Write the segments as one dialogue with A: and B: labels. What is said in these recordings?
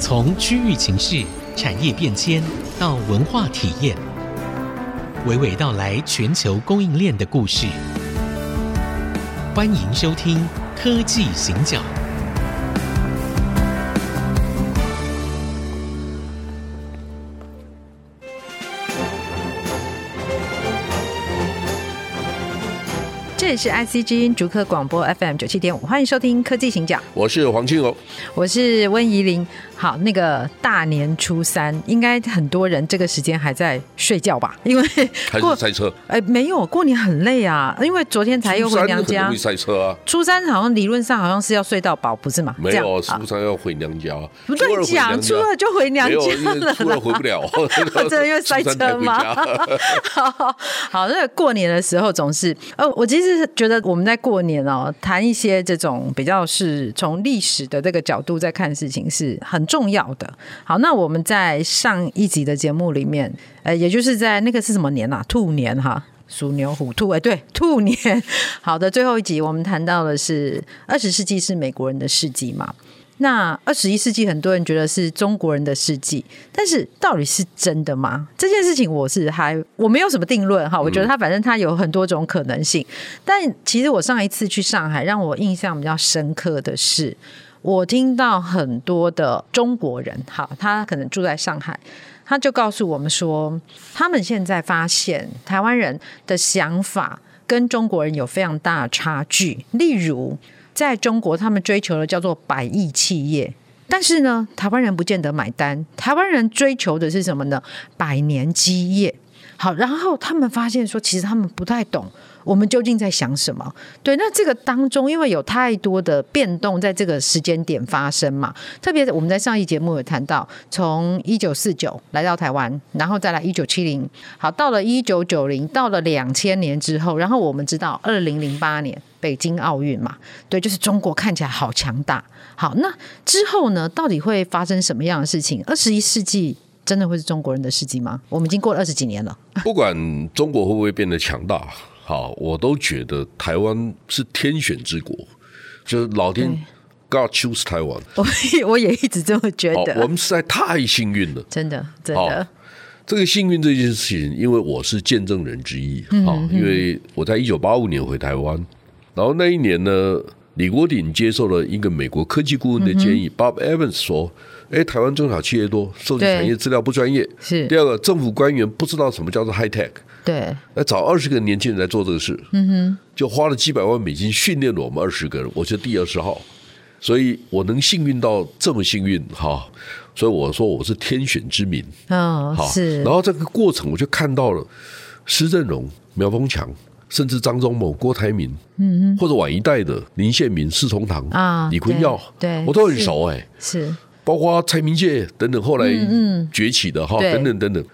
A: 从区域情势、产业变迁到文化体验，娓娓道来全球供应链的故事。欢迎收听《科技行脚》。
B: 这里是 IC 之音逐客广播 FM 九七点五，欢迎收听科技行脚，
C: 我是黄庆荣，
B: 我是温怡玲。好，那个大年初三，应该很多人这个时间还在睡觉吧？因为
C: 还是塞车？
B: 哎，没有，过年很累啊，因为昨天才又回娘
C: 初三很
B: 家
C: 容易。塞车啊。
B: 初三好像理论上好像是要睡到饱，不是吗？
C: 没
B: 这样
C: 有，
B: 啊
C: 初三要回娘家，
B: 不
C: 初二
B: 对
C: 回娘
B: 讲，
C: 家
B: 初二就回娘
C: 没
B: 家
C: 有，因为
B: 了
C: 初二回 不了，
B: 真的因为塞
C: 初三才
B: 车
C: 回
B: 吗
C: 家
B: 好， 好，那个过年的时候总是，呃，我其实觉得我们在过年哦，谈一些这种比较是从历史的这个角度在看事情是很重要的。好，那我们在上一集的节目里面，呃，也就是在那个是什么年啊？兔年哈。鼠牛虎兔，哎，对， 兔年。好的，最后一集我们谈到的是二十世纪是美国人的世纪嘛？那二十一世纪，很多人觉得是中国人的世纪，但是到底是真的吗？这件事情我是还我没有什么定论哈，我觉得它反正它有很多种可能性。但其实我上一次去上海，让我印象比较深刻的是，我听到很多的中国人，哈，他可能住在上海，他就告诉我们说，他们现在发现台湾人的想法跟中国人有非常大的差距。例如，在中国，他们追求的叫做百亿企业。但是呢，台湾人不见得买单。台湾人追求的是什么呢？百年基业。好，然后他们发现说，其实他们不太懂我们究竟在想什么。对，那这个当中，因为有太多的变动在这个时间点发生嘛，特别我们在上一节目有谈到，从一九四九来到台湾，然后再来一九七零，好，到了一九九零，到了两千年之后，然后我们知道二零零八年北京奥运嘛，对，就是中国看起来好强大。好，那之后呢，到底会发生什么样的事情？二十一世纪真的会是中国人的世纪吗？我们已经过了二十几年了。
C: 不管中国会不会变得强大，好，我都觉得台湾是天选之国，就是老天 God choose 台湾。
B: 我也我也一直这么觉
C: 好，我
B: 得，
C: 们实在太幸运了。
B: 真的真
C: 好
B: 的，
C: 这个幸运这件事情，因为我是见证人之一啊、因为我在一九八五年回台湾，然后那一年呢，李国鼎接受了一个美国科技顾问的建议、b o b Evans 说：“哎，台湾中小企业多，受理
B: 对
C: 产业资料不专业。
B: 是
C: 第二个，政府官员不知道什么叫做 high tech，
B: 对
C: 那找二十个年轻人来做这个事，嗯哼，就花了几百万美金训练了我们二十个人，我是第二十号，所以我能幸运到这么幸运哈，所以我说我是天选之民。”
B: 嗯
C: 好，
B: 是
C: 然后这个过程我就看到了施正荣、苗峰强，甚至张忠谋、郭台铭，嗯或者晚一代的林宪民、施崇棠
B: 啊
C: 李坤耀，
B: 对对
C: 我都很熟哎、
B: 是，嗯
C: 包括蔡明介等等后来崛起的哈、
B: 对
C: 等等等等，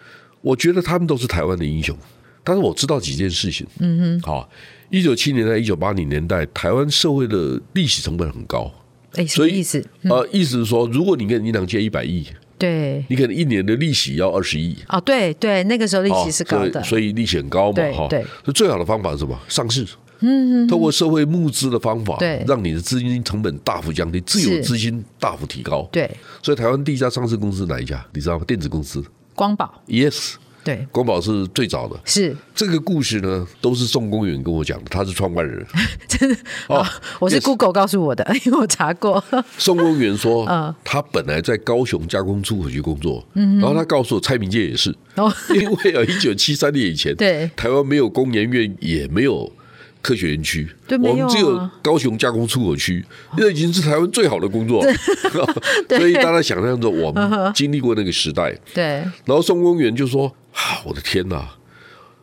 C: 我觉得他们都是台湾的英雄。但是我知道几件事情，嗯哼，好，一九七年代、一九八零年代，台湾社会的利息成本很高，
B: 哎，什
C: 所
B: 么
C: 以
B: 意思？
C: 呃，意思是说，如果你跟银行借一百亿，
B: 对，
C: 你可能一年的利息要二十亿，
B: 哦，对对，那个时候利
C: 哦，
B: 息是高的，
C: 所以所以利息很高嘛
B: 对，
C: 哈。
B: 对
C: 所以最好的方法是什么？上市。嗯，透过社会募资的方法，
B: 对
C: 让你的资金成本大幅降低，自有
B: 是
C: 资金大幅提高。，
B: 对，
C: 所以台湾第一家上市公司哪一家？你知道吗？电子公司
B: 光宝，
C: ，Yes，
B: 对，
C: 光宝是最早的。
B: 是
C: 这个故事呢，都是宋公园跟我讲的，他是创办人。
B: 哦，我是
C: yes
B: Google 告诉我的， 因为我查过，
C: 宋公园说
B: 嗯，
C: 他本来在高雄加工出口局工作，然后他告诉我，蔡明介也是，
B: 哦，
C: 因为啊，一九七三年以前，
B: 对
C: 台湾没有工研院，也没有科学园区，
B: 对没
C: 我
B: 有啊哦
C: 们只有高雄加工出口区，那已经是台湾最好的工作了。 所以大家想象着我
B: 嗯
C: 们经历过那个时代，
B: 对，
C: 然后宋公园就说：“啊，我的天哪，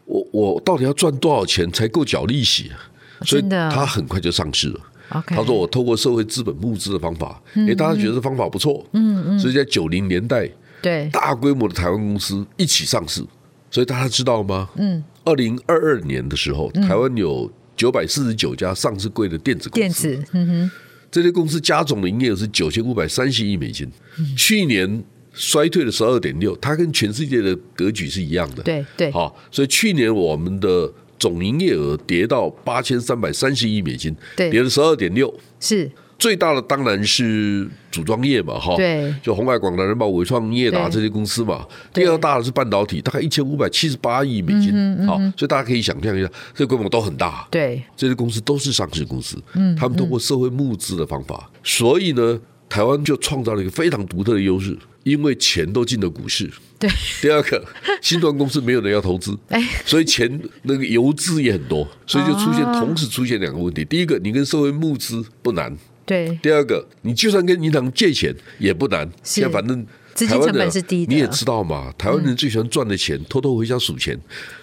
C: 我我到底要赚多少钱才够缴利息啊？”所
B: 哦
C: 以
B: 真的
C: 他很快就上市了。
B: OK，
C: 他说：“我透过社会资本募资的方法，
B: 嗯
C: 哎，大家觉得这方法不错，嗯嗯，所以在九零年代，
B: 对，
C: 大规模的台湾公司一起上市，所以大家知道吗？嗯，二零二二年的时候，
B: 嗯
C: 台湾有九百四十九家上市柜的电子公司，
B: 电子，嗯哼，
C: 这些公司加总的营业额是九千五百三十亿美金，
B: 嗯
C: 去年衰退了十二点六，它跟全世界的格局是一样的。，
B: 对对，
C: 好，所以去年我们的总营业额跌到八千三百三十亿美金，
B: 对
C: 跌了十二点六。
B: 是
C: 最大的当然是组装业嘛，哈，
B: 对
C: 就红海、广达、人保、伟创、业达
B: 对
C: 这些公司嘛。
B: 对嗯
C: 第二大的是半导体，大概一千五百七十八亿美金，好，所以大家可以想象一下，这规模都很大。
B: 对，
C: 这些公司都是上市公司，
B: 嗯
C: 他们通过社会募资的方法，所以呢，台湾就创造了一个非常独特的优势，因为钱都进了股市。
B: 对，
C: 第 二个，新创公司没有人要投资，
B: 哎
C: 所以钱那个游资也很多，所以就出现、
B: 哦
C: 同时出现两个问题：第一个，你跟社会募资不难；
B: 对，
C: 第二个，你就算跟银行借钱也不难。
B: 是
C: 现在反正
B: 资金
C: 台湾
B: 成本是低的
C: 你也知道嘛，台湾人最喜欢赚的钱，偷偷回家 数钱，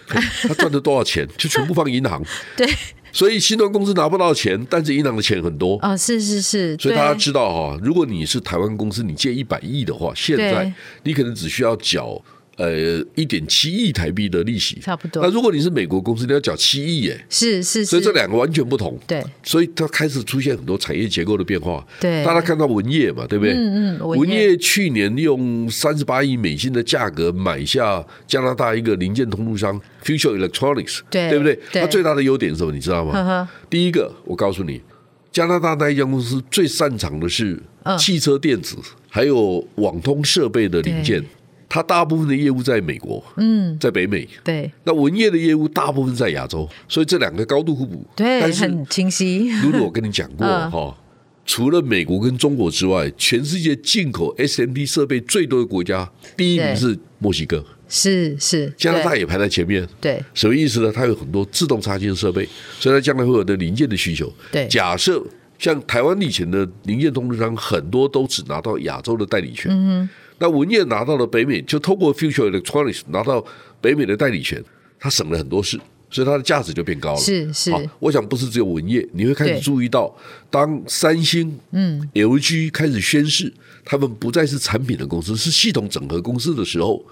C: 他赚了多少钱就全部放银行。
B: 对，
C: 所以新创公司拿不到钱，但是银行的钱很多。
B: 哦，是是是，
C: 所以
B: 对
C: 大家知道哈、如果你是台湾公司，你借一百亿的话，现在
B: 对
C: 你可能只需要缴呃一点七亿台币的利息，
B: 差不多
C: 那如果你是美国公司，你要缴七亿耶，
B: 是是是，
C: 所以这两个完全不同。
B: 对
C: 所以它开始出现很多产业结构的变化。
B: 对
C: 大家看到文业嘛，对不对？
B: 嗯嗯文业
C: 文业去年用三十八亿美金的价格买下加拿大一个零件通路商 Future Electronics，
B: 对
C: 不对？
B: 对
C: 它最大的优点是什么？你知道吗？
B: 呵呵
C: 第一个，我告诉你，加拿大那一家公司最擅长的是
B: 嗯
C: 汽车电子，还有网通设备的零件
B: 对。
C: 它大部分的业务在美国，嗯，在北美，
B: 对
C: 那文业的业务大部分在亚洲，所以这两个高度互补。
B: 对
C: 但是
B: 很清晰，
C: 露露，我跟你讲过哈、
B: 嗯
C: 除了美国跟中国之外，全世界进口 SMT 设备最多的国家，第一名是墨西哥，
B: 是是，
C: 加拿大
B: 对
C: 也排在前面。
B: 对
C: 什么意思呢？它有很多自动插件设备，所以它将来会有的零件的需求。
B: 对
C: 假设像台湾以前的零件通路商，很多都只拿到亚洲的代理权。嗯那文业拿到了北美，就透过 Future Electronics 拿到北美的代理权，它省了很多事，所以它的价值就变高了。
B: 是是
C: 好，我想不是只有文业，你会开
B: 对
C: 始注意到，当三星、嗯、LG 开始宣示他们不再是产品的公司，是系统整合公司的时候，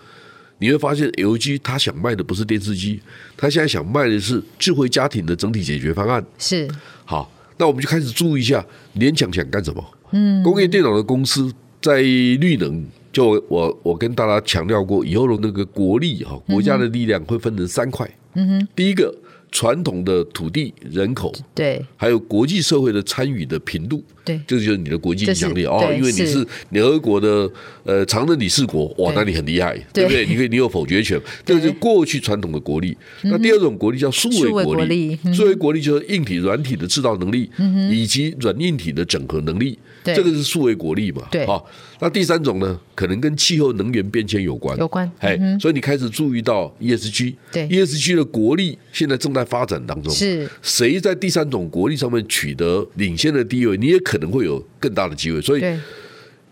C: 你会发现 LG 它想卖的不是电视机，它现在想卖的是智慧家庭的整体解决方案。
B: 是
C: 好，那我们就开始注意一下联想想干什么。嗯，工业电脑的公司在绿能，就我我我跟大家强调过，以后的那个国力哈，国家的力量会分成三块。嗯哼，第一个传统的土地、人口，
B: 对
C: 还有国际社会的参与的频度。
B: 对
C: 这就是你的国际影响
B: 这
C: 力
B: 是
C: 哦，
B: 对
C: 因为你
B: 是
C: 是联合国的呃常任理事国，
B: 对，
C: 哇那你很厉害，
B: 对
C: 对不对？你可以你有否决权，这个
B: 对嗯
C: 是过去传统的国力。那第二种国力叫数
B: 数位
C: 位
B: 国
C: 国
B: 力
C: 力
B: 嗯，
C: 数位国力就是硬体、软体的制造能力，以及软硬体的整合能力，
B: 对
C: 这个是数位国力嘛？
B: 对
C: 好，那第三种呢，可能跟气候、能源变迁有关，
B: 有关
C: 哎，所以你开始注意到 E ESG，
B: 对
C: ESG 的国力现在正在发展当中，
B: 是
C: 谁在第三种国力上面取得领先的地位，你也可能会有更大的机会。所以
B: 对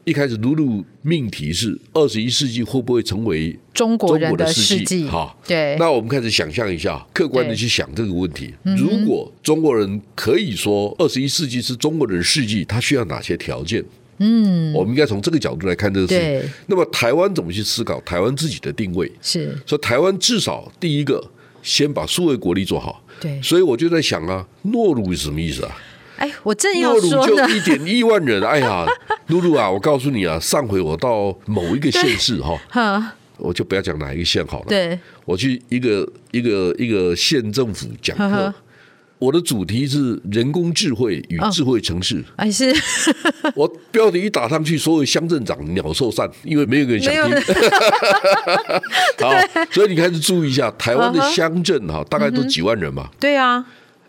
C: 一开始露露命题是二十一世纪会不会成为
B: 中国
C: 中
B: 人
C: 国的
B: 世纪，
C: 纪？好，
B: 对
C: 那我们开始想象一下，客观的
B: 对
C: 去想这个问题。
B: 嗯
C: 如果中国人可以说二十一世纪是中国人世纪，他需要哪些条件？嗯，我们应该从这个角度来看这个事
B: 对
C: 情。那么台湾怎么去思考台湾自己的定位？
B: 是
C: 所以台湾至少第一个先把数位国力做好。
B: 对，
C: 所以我就在想啊，诺鲁是什么意思啊？
B: 哎，我正 要
C: 诺鲁
B: 说
C: 就
B: 呢，
C: 一点一万人，哎呀，露露啊，我告诉你啊，上回我到某一个县市哈，
B: 哈，
C: 我就不要讲哪一个县好了，
B: 对
C: 我去一个一个一个县政府讲
B: 呵呵
C: 课。我的主题是人工智慧与智慧城市。
B: 哎是
C: 我标题一打上去，所有乡镇长鸟兽散，因为没有人想
B: 没有
C: 听
B: 人。
C: 好，所以你开始注意一下，台湾的乡镇哈，大概
B: 嗯
C: 都几万人嘛。
B: 对啊，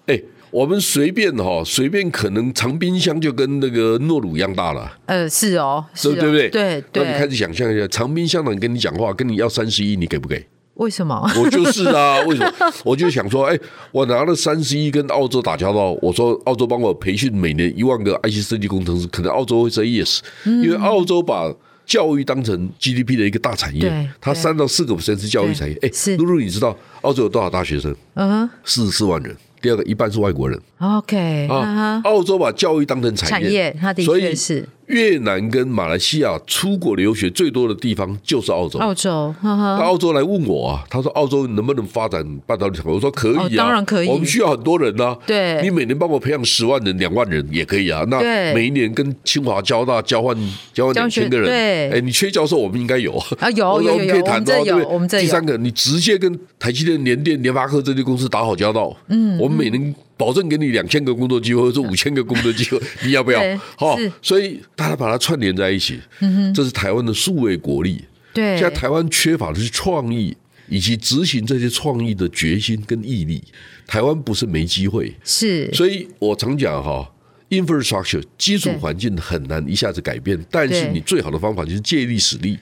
C: 哎，我们随便哈、随便可能长滨乡就跟那个诺鲁一样大了，
B: 呃是哦，是
C: 对
B: 哦
C: 对不对？
B: 对
C: 那你开
B: 对，
C: 始想象一下，长滨乡长跟你讲话，跟你要三十亿，你给不给？
B: 为什么？
C: 我就是 啊，为什么？我就想说，哎，我拿了三十亿跟澳洲打交道，我说澳洲帮我培训每年一万个 IC 设计工程师，可能澳洲会 say yes，、因
B: 嗯
C: 为澳洲把。教育当成 GDP 的一个大产
B: 对
C: 业，它
B: 对
C: 三到四个 percent 是教育
B: 对
C: 产业。哎
B: 是，
C: 露露，你知道澳洲有多少大学生？
B: 嗯哼
C: 四十四万人，第二个一半是外国人。
B: ，OK，嗯哈，哈
C: 啊澳洲把教育当成产
B: 产
C: 业，
B: 业它的
C: 所
B: 确
C: 以
B: 是
C: 越南跟马来西亚出国留学最多的地方就是澳洲。
B: 澳洲，哈
C: 那
B: 哈，
C: 澳洲来问我啊，他说澳洲能不能发展半导体产业？我说可以啊，
B: 哦当然可以
C: 我们需要很多人呐、啊。
B: 对
C: 你每年帮我培养十万人、两万人也可以啊。那
B: 对
C: 每一年跟清华、交大交换交换
B: 交
C: 两
B: 学
C: 千个人，
B: 对
C: 哎，你缺教授，我们应该有
B: 啊有
C: 我
B: 有
C: 我们
B: 有
C: 可以
B: 有我
C: 谈
B: 们
C: 的
B: 这
C: 哦，对不
B: 有我们这
C: 对？第
B: 有
C: 三个，你直接跟台积电、联电、联发科这些公司打好交道。嗯，我们每年保证给你两千个工作机会，或者五千个工作机 会，你要不要
B: 对？
C: 好
B: 是，嗯
C: 所以大家把它串联在一起，这是台湾的数位国力。
B: 对，
C: 现在台湾缺乏的是创意，以及执行这些创意的决心跟毅力。台湾不是没机会，
B: 是
C: 所以我常讲哈，infrastructure 基础
B: 对
C: 环境很难一下子改变，但是
B: 对
C: 你最好的方法就是借力使力。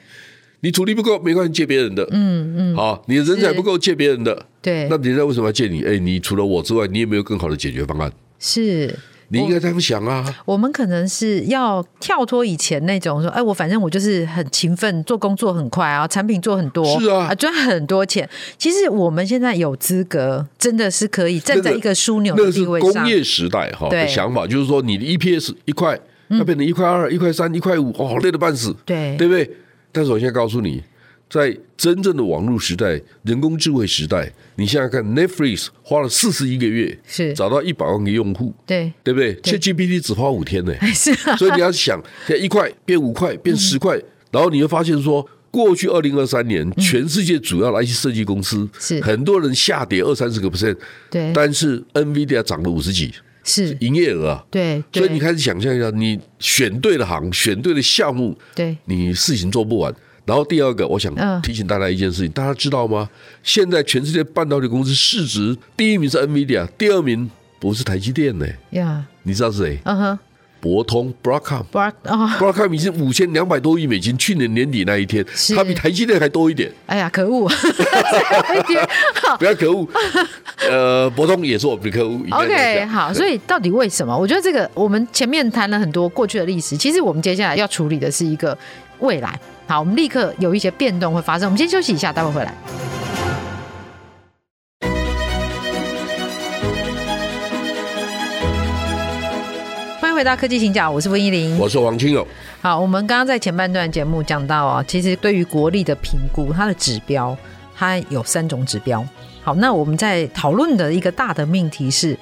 C: 你土地不够没关系，借别人的，嗯嗯，好、你的人才
B: 是
C: 不够借别人的，
B: 对
C: 那人家为什么要借你？哎，你除了我之外，你有没有更好的解决方案？
B: 是。
C: 你应该这样想啊，
B: 我们可能是要跳脱以前那种说，哎，我反正我就是很勤奋，做工做很快啊，产品做很多，
C: 是啊
B: 赚很多钱。其实我们现在有资格，真的是可以站在一个枢纽
C: 那
B: 的
C: 个是
B: 地位上。
C: 工业时代哈
B: 对嗯
C: 的想法，就是说你的 EPS 一块，它变成一块二、一块三、一块五，哦，累得半死，
B: 对
C: 对不对？但是我现在告诉你，在真正的网络时代、人工智慧时代，你想想看，Netflix 花了四十一个月
B: 是
C: 找到一百万个用户，
B: 对，
C: 对不对
B: 对
C: ？ChatGPT 只花五天呢、
B: 是啊，
C: 所以你要想，现在一块变五块，变十块，
B: 嗯
C: 然后你会发现说。过去二零二三年，全世界主要的 IC 设计公司，
B: 是
C: 很多人下跌二三十个 percent，
B: 对，
C: 但是 NVIDIA 涨了五十几，
B: 是，
C: 营业额啊。
B: 对，
C: 所以
B: 对，
C: 你开始想象一下，你选对了行，选对了项目，
B: 对，
C: 你事情做不完。然后第二个，我想
B: 嗯
C: 提醒大家一件事情，大家知道吗？现在全世界半导体公司市值第一名是 NVIDIA，第二名不是台积电呢、
B: 呀，
C: 你知道是谁？
B: 嗯哼
C: 博通 Broadcom。
B: b r a 哦，
C: Broadcom 已经五千两百多亿美金，去年年底那一天
B: 是，
C: 它比台积电还多一点，
B: 哎呀， 可恶， 差一点哦好
C: 不要 可恶。呃，博通也是我们的客户。应该这样
B: OK，
C: 讲
B: 好，所以到底为什么？我觉得这个我们前面谈了很多过去的历史，其实我们接下来要处理的是一个未来。好，我们立刻有一些变动会发生。我们先休息一下，待会回来。欢迎回到科技行脚，我是温依玲，
C: 我是王清勇。
B: 好，我们刚刚在前半段节目讲到啊，其实对于国力的评估，它的指标它有三种指标。好，那我们在讨论的一个大的命题是，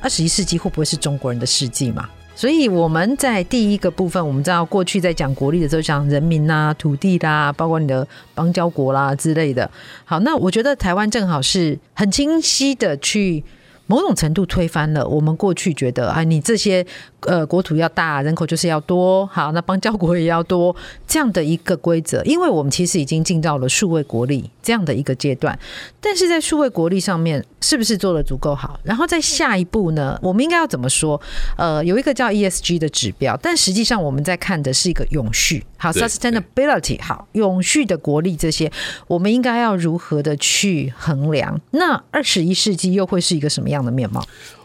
B: 二十一世纪会不会是中国人的世纪嘛？所以我们在第一个部分，我们知道过去在讲国力的时候，讲人民啦、土地啦，包括你的邦交国啦之类的。好，那我觉得台湾正好是很清晰的去某种程度推翻了我们过去觉得啊，你这些呃国土要大，人口就是要多，好，那邦交国也要多这样的一个规则，因为我们其实已经进到了数位国力这样的一个阶段，但是在数位国力上面是不是做的足够好？然后在下一步呢，我们应该要怎么说？呃，有一个叫 ESG 的指标，但实际上我们在看的是一个永续，好
C: 对
B: sustainability，好永续的国力这些，我们应该要如何的去衡量？那二十一世纪又会是一个什么样的面貌？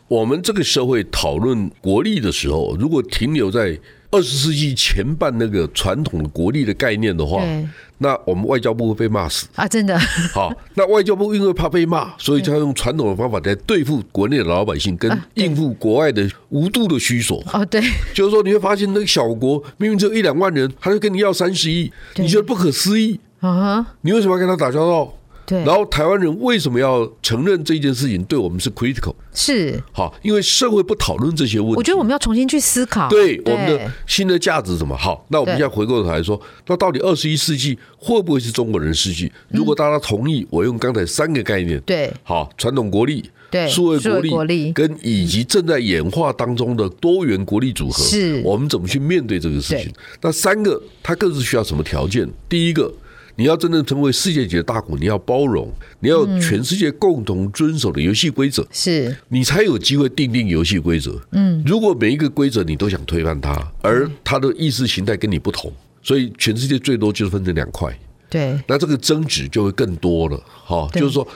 C: 我们这个社会讨论国力的时候，如果停留在二十世纪前半那个传统的国力的概念的话，
B: 对
C: 那我们外交部会被骂死。
B: 啊，真的
C: 好，那外交部因为怕被
B: 嗯
C: 骂，所以他用传统的方法来对付国内的老百姓，
B: 啊
C: 跟应付国外的无度的需索。
B: 哦，对，
C: 就是说，你会发现那个小国明明只有一两万人，他就跟你要三十亿，
B: 对
C: 你觉得不可思议？
B: 啊哈，
C: 你为什么要跟他打交道？
B: 对，
C: 然后台湾人为什么要承认这件事情对我们是 critical？
B: 是，
C: 好，因为社会不讨论这些问题。
B: 我觉得我们要重新去思考，
C: 对我们的新的价值是什么？好，那我们现在回过头来说，那到底二十一世纪会不会是中国人的世纪？如果大家同意，我用刚才三个概念，
B: 嗯对
C: 好，传统国力。
B: 对
C: 数位国
B: 数位
C: 力
B: 国力
C: 跟以及正在演化当中的多元国力组合，
B: 是
C: 我们怎么去面对这个事情？那三个它各自需要什么条件？第一个，你要真正成为世界级的大国，你要包容，你要
B: 嗯
C: 有全世界共同遵守的游戏规则。
B: 是
C: 你才有机会定定游戏规则。嗯，如果每一个规则你都想推翻它，而它的意识形态跟你不同，所以全世界最多就是分成两块，
B: 对
C: 那这个争执就会更多了。哈、
B: 对
C: 就是说，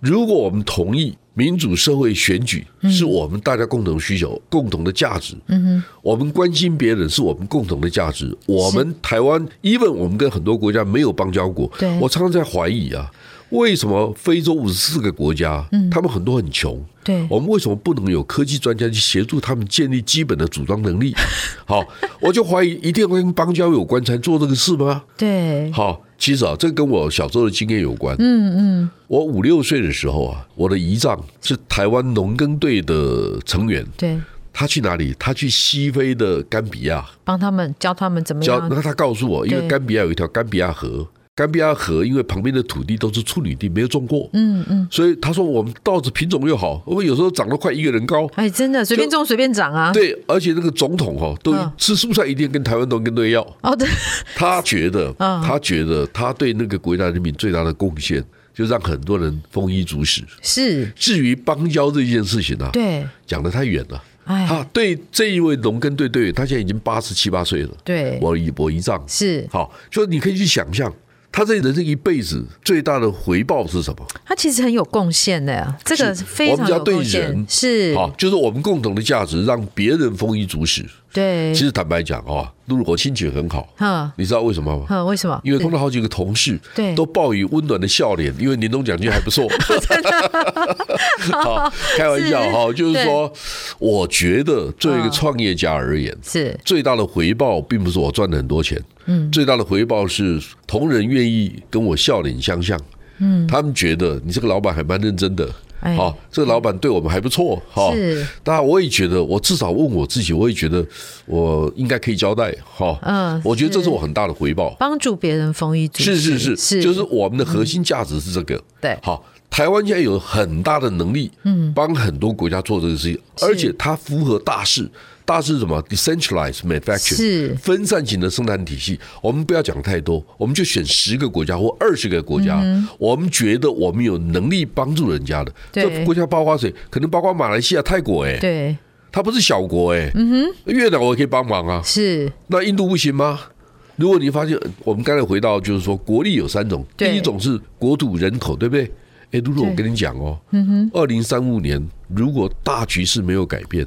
C: 如果我们同意民主社会选举是我们大家共同需求、共同的价值，嗯哼，我们关心别人是我们共同的价值。我们台湾，even 我们跟很多国家没有邦交国
B: 对，
C: 我常常在怀疑啊。为什么非洲五十四个国家，他们很多很穷，
B: 对
C: 我们为什么不能有科技专家去协助他们建立基本的组装 能力？好，我就怀疑一定要跟邦交有关才做这个事吗？
B: 对，
C: 好，其实啊，这跟我小时候的经验有关。嗯嗯，我五六岁的时候啊，我的姨丈是台湾农耕队的成员，
B: 对，
C: 他去哪里？他去西非的甘比亚，
B: 帮他们教他们怎么
C: 教
B: 样，
C: 那他告诉我，因为
B: 对
C: 甘比亚有一条甘比亚河，甘比亚河因为旁边的土地都是处女地，没有种过，嗯嗯，所以他说我们稻子品种又好，我们有时候长得快一个人高。
B: 哎，真的随便种随便长啊。
C: 对，而且那个总统哈、哦，都
B: 嗯
C: 吃蔬菜一定跟台湾农耕队要，
B: 哦，对，
C: 他觉得，
B: 嗯
C: 他觉得他对那个国家人民最大的贡献，就让很多人丰衣足食。
B: 是，
C: 至于邦交这件事情啊，
B: 对，
C: 讲得太远了。
B: 哎，
C: 他对这一位农耕队队员，他现在已经八十七八岁了，
B: 对，
C: 我一我一丈，
B: 是
C: 好，就你可以去想象，他这人生一辈子最大的回报是什么？
B: 他其实很有贡献的，这个
C: 是
B: 非
C: 我们
B: 常
C: 只要
B: 有
C: 对
B: 贡献
C: 人，
B: 是，
C: 好，就是我们共同的价值，让别人丰衣足食。
B: 对
C: 其，实坦白讲啊，陆我心情很好，
B: 哼
C: 你知道为什么吗？
B: 哼，为什么？
C: 因为碰到好几个同事，
B: 对
C: 都报以温暖的笑脸，因为年终奖金还不错。好，开玩笑哈，就是说，我觉得作为一个
B: 嗯
C: 创业家而言，
B: 是
C: 最大的回报并不是我赚了很多钱，嗯，最大的回报是同仁愿意跟我笑脸相向，嗯，他们觉得你这个老板还蛮认真的。
B: 哎
C: 好、这个老板对我们还不错，哈、
B: 是
C: 当然，我也觉得，我至少问我自己，我也觉得我应该可以交代，哈、
B: 嗯
C: 我觉得这是
B: 是
C: 我很大的回报。
B: 帮助别人丰衣足
C: 是
B: 食，
C: 是是
B: 是，嗯
C: 就是我们的核心价值是这个。
B: 对
C: 好，台湾现在有很大的能力，嗯，帮很多国家做这个事情，而且它符合大势。大势是什么？decentralized manufacturing
B: 是
C: 分散型的生产体系。我们不要讲太多，我们就选十个国家或二十个国家，我们觉得我们有能力帮助人家的。
B: 对
C: 这国家包括谁？可能包括马来西亚、泰国、欸，哎，
B: 对，
C: 它不是小国、欸，哎，嗯哼，越南我也可以帮忙啊。
B: 是
C: 那印度不行吗？如果你发现，我们刚才回到就是说，国力有三种，第
B: 对
C: 一种是国土人口，对不对？哎，露露，
B: 对
C: 我跟你讲哦，嗯哼，二零三五年如果大局势没有改变，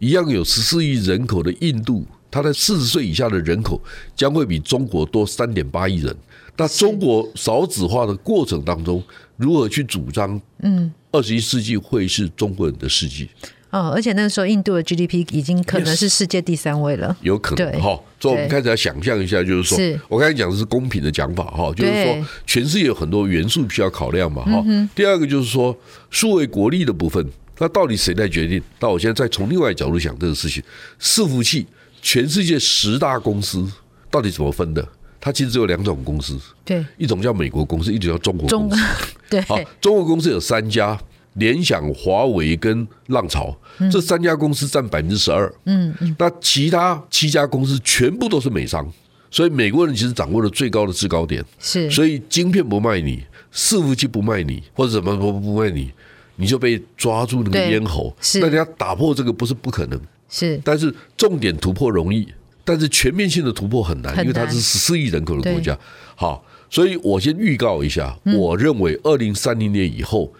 C: 一样有十四亿人口的印度，它的四十岁以下的人口将会比中国多三点八亿人。那中国少子化的过程当中，如何去主张，嗯，二十一世纪会是中国人的世纪？
B: 哦，而且那时候印度的 GDP 已经可能
C: Yes
B: 是世界第三位了，
C: 有可能
B: 对
C: 哈。所以我们
B: 对
C: 开始要想象一下，就是说
B: 是
C: 我刚才讲的是公平的讲法哈，就是
B: 对嗯
C: 说全世界有很多元素需要考量嘛哈。第二个就是说数位国力的部分，那到底谁来决定？那我现在再从另外一个角度想这个事情，伺服器全世界十大公司到底怎么分的？它其实只有两种公司，
B: 对，
C: 一种叫美国公司，一种叫中国
B: 中
C: 公司。
B: 对，
C: 好，中国公司有三家，联想、华为跟浪潮，
B: 嗯
C: 这三家公司占百分之十二。嗯，那其他七家公司全部都是美商，所以美国人其实掌握了最高的制高点。
B: 是
C: 所以晶片不卖你，伺服器不卖你，或者什么不不卖你，你就被抓住那个
B: 对
C: 咽喉。
B: 是
C: 那你要打破这个不是不可能，
B: 是
C: 但是重点突破容易，但是全面性的突破很难，
B: 很难
C: 因为它是十四亿人口的国家。好，所以我先预告一下，
B: 嗯
C: 我认为二零三零年以后，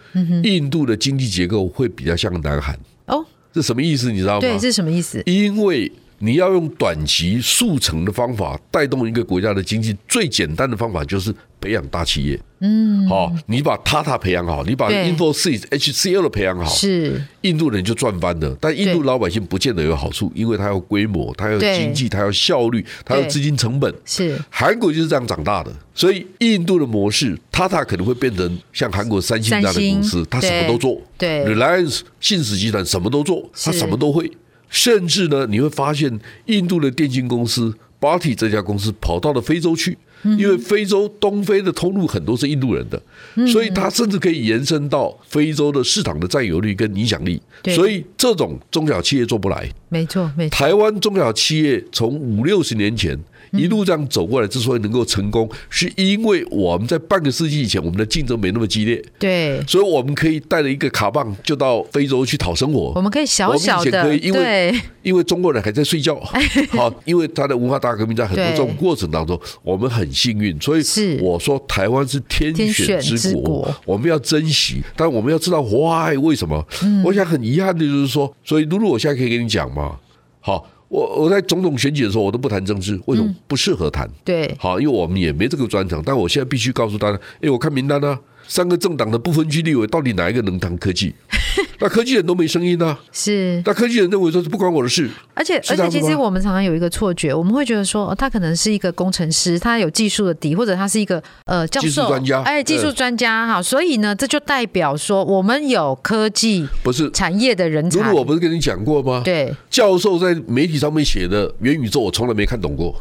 C: 印度的经济结构会比较像南韩。
B: 哦，
C: 这什么意思？你知道吗
B: 对，？是什么意思？
C: 因为你要用短期速成的方法带动一个国家的经济，最简单的方法就是培养大企业。嗯，好，你把塔塔培养好，你把
B: 对
C: Infosys、HCL 培养好，
B: 是
C: 印度人就赚翻了，但印度
B: 对
C: 老百姓不见得有好处，因为他要规模，他要
B: 对
C: 经济，他要效率，他要资金成本。
B: 是，
C: 韩国就是这样长大的，所以印度的模式，塔塔可能会变成像韩国三星这样的公
B: 三
C: 司
B: 星，
C: 他什么都做，
B: 对对
C: ，Reliance 信实集团什么都做，他
B: 是
C: 什么都会，甚至呢，你会发现印度的电信公司 Bharti 这家公司跑到了非洲去，
B: 嗯
C: 因为非洲东非的通路很多是印度人的，
B: 嗯
C: 所以它甚至可以延伸到非洲的市场的占有率跟影响力，
B: 对
C: 所以这种中小企业做不来，
B: 没错，没错，
C: 台湾中小企业从五六十年前一路这样走过来，之所以能够成功，是因为我们在半个世纪以前，我们的竞争没那么激烈，
B: 对，
C: 所以我们可以带着一个卡棒就到非洲去讨生
B: 我
C: 活。
B: 们可以小小
C: 我们
B: 的，
C: 以前可以因为
B: 对，
C: 因为中国人还在睡 觉，好，因为他的文化大革命在很多
B: 对
C: 这种过程当中，我们很幸运，所以
B: 是
C: 我说台湾是天选
B: 天选
C: 之
B: 之
C: 国
B: 国，
C: 我们要珍惜，但我们要知道 why 为什么。
B: 嗯
C: 我想很遗憾的就是说，所以露露，我现在可以跟你讲嘛，好，我我在总统选举的时候，我都不谈政治，为什
B: 嗯
C: 么不适合谈？
B: 对，
C: 好，因为我们也没这个专长，但我现在必须告诉大家，哎，我看名单啊，三个政党的不分区立委到底哪一个能谈 科技？那科技人都没声音啊！
B: 是。
C: 那科技人认为说是不关我的事，
B: 而且
C: 是
B: 而
C: 这
B: 且，
C: 样子
B: 其实
C: 吗
B: 我们常常有一个错觉，我们会觉得说，哦，他可能是一个工程师，他有技术的底，或者他是一个呃教
C: 技术
B: 授
C: 专家
B: 哎，技术
C: 嗯
B: 专家哈、所以呢，这就代表说我们有科技
C: 不是？
B: 产业的人才。
C: 如果我不是跟你讲过吗？，
B: 对，
C: 教授在媒体上面写的元宇宙，我从来没看懂 过。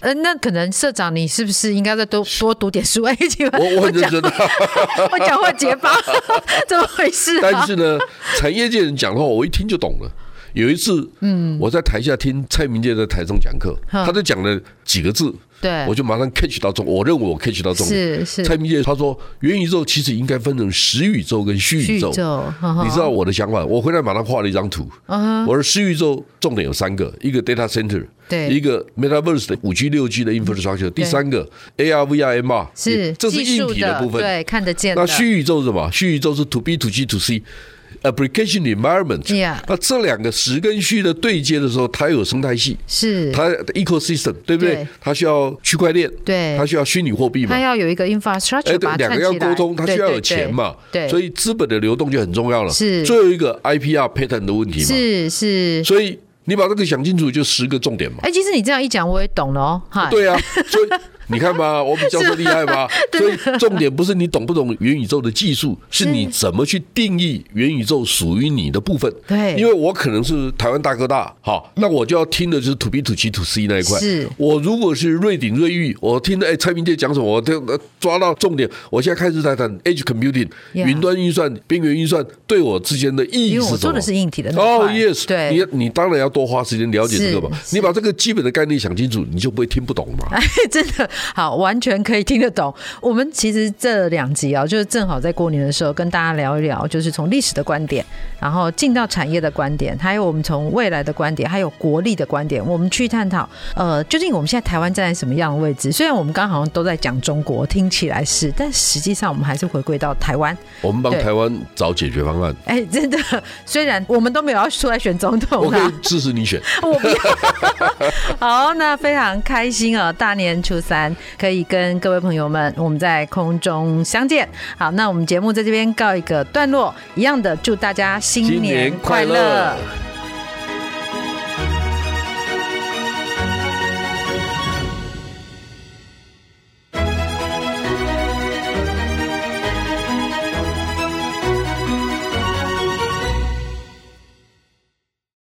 B: 呃，那可能社长，你是不是应该再多多读点书？哎，请问
C: 我我很认
B: 讲
C: 真的，啊
B: 我讲 话结巴，怎么回事啊？
C: 但是呢，产业界人讲的话，我一听就懂了。有一次，嗯，我在台下听蔡明介在台上讲课，
B: 哼
C: 他就讲了几个字，
B: 对
C: 我，就马上 catch 到重，我认为我 catch 到重点。
B: 是是
C: 蔡明介他说，元宇宙其实应该分成实宇宙跟虚宇宙。哦你
B: 你
C: 知道我的想法，我回来马上画了一张图。我的虚宇宙重点有三个：一个 data center，
B: 对嗯
C: 一个 metaverse 的五 G、六 G 的 infrastructure，第三个 AR、VR、MR，
B: 是
C: 这是
B: 技
C: 硬
B: 术
C: 体的部分。
B: 对，看得见的。
C: 那虚宇宙是什么？虚宇宙是 to B、to G、to C。application environment，、
B: Yeah
C: 那这两个实跟虚的对接的时候，它有生态系，
B: 是
C: 它的 ecosystem，对不对？
B: 对
C: 它需要区块链，
B: 对
C: 它需要虚拟货币嘛
B: 他，要有一个
C: 哎，
B: infrastructure
C: 对
B: 把，它
C: 两
B: 串
C: 个
B: 起来，
C: 要沟通，它需要
B: 对对对
C: 有钱嘛，
B: 对，
C: 所以资本的流动就很重要了。
B: 是
C: 最后一个 IPR patent 的问题嘛，
B: 是是。
C: 所以你把这个想清楚，就十个重点嘛。
B: 哎，其实你这样一讲，我也懂了哦。哈，
C: 对啊，所以你看吧，我比教授厉 害吧？所以重点不是你懂不懂元宇宙的技术，是你怎么去定义元宇宙属于你的部分。
B: 对
C: 因为我可能是台湾大哥大，好，那我就要听的就是 to B to G to C 那一块。
B: 是
C: 我如果是瑞鼎瑞昱，我听的哎蔡明介讲什么，我都呃抓到重点。我现在开始在谈 edge computing、
B: Yeah
C: 云端运算、边缘运算对我之间的意义
B: 因
C: 是
B: 为
C: 什么？
B: 我做的是硬体的那
C: 哦、
B: 块
C: y e s
B: 对，
C: 你你当然要多花时间了解这个嘛。
B: 是
C: 你把这个基本的概念想清楚，你就不会听不懂嘛。
B: 哎， 真的好，完全可以听得懂。我们其实这两集啊，就是正好在过年的时候跟大家聊一聊，就是从历史的观点，然后进到产业的观点，还有我们从未来的观点，还有国力的观点，我们去探讨，呃，究竟我们现在台湾站在什么样的位置？虽然我们刚刚好像都在讲中国，听起来是，但实际上我们还是回归到台湾。
C: 我们帮
B: 对
C: 台湾找解决方案，
B: 哎，真的，虽然我们都没有要出来选总
C: 我
B: 统啊
C: 可
B: 啦
C: 以，支持你选。
B: 我不要。 好，那非常开心哦，大年初三可以跟各位朋友们我们在空中相见。好，那我们节目在这边告一个段落，一样的祝大家新
C: 新
B: 年
C: 年
B: 快
C: 快
B: 乐
C: 乐